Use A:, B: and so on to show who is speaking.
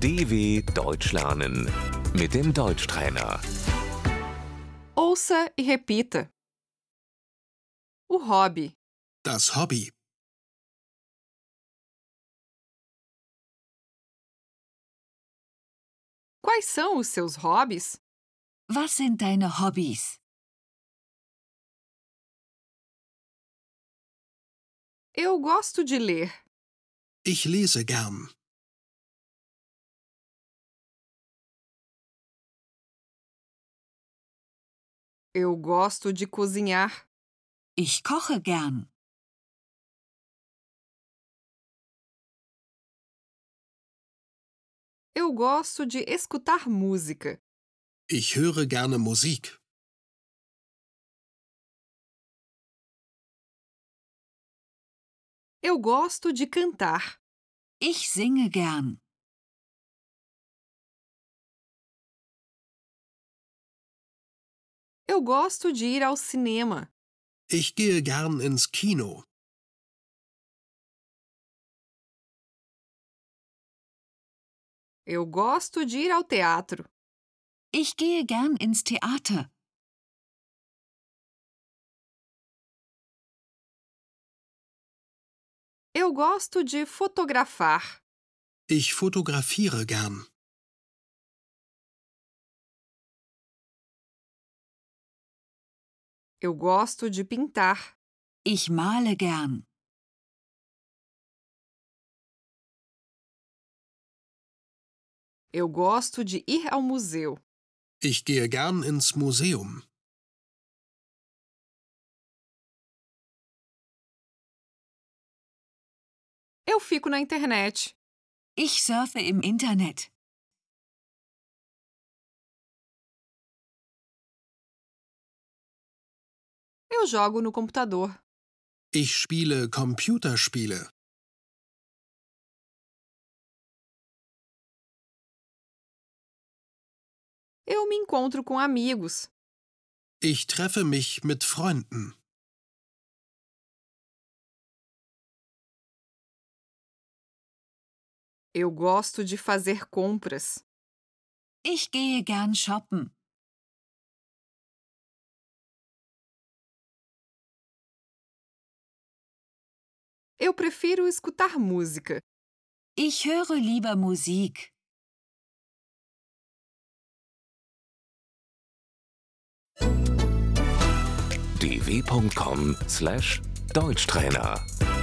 A: DW Deutsch lernen mit dem Deutschtrainer.
B: Ouça e repita. O hobby,
C: Das Hobby.
B: quais são os seus hobbies?
D: Was sind deine Hobbys?
B: Eu gosto de ler.
C: Ich lese gern.
B: Eu gosto de cozinhar.
D: Ich koche gern.
B: Eu gosto de escutar música.
C: Ich höre gerne Musik.
B: Eu gosto de cantar.
D: Ich singe gern.
B: Eu gosto de ir ao cinema.
C: Ich gehe gern ins Kino.
B: Eu gosto de ir ao teatro.
D: Ich gehe gern ins Theater.
B: Eu gosto de fotografar.
C: Ich fotografiere gern.
B: Eu gosto de pintar.
D: Ich male gern.
B: Eu gosto de ir ao museu.
C: Ich gehe gern ins Museum.
B: Eu fico na internet.
D: Ich surfe im Internet.
B: Eu jogo no computador.
C: Ich spiele Computerspiele.
B: Eu me encontro com amigos.
C: Ich treffe mich mit Freunden.
B: Eu gosto de fazer compras.
D: Ich gehe gern shoppen.
B: Eu prefiro escutar música.
D: Ich höre lieber Musik.
A: dw.com/deutschtrainer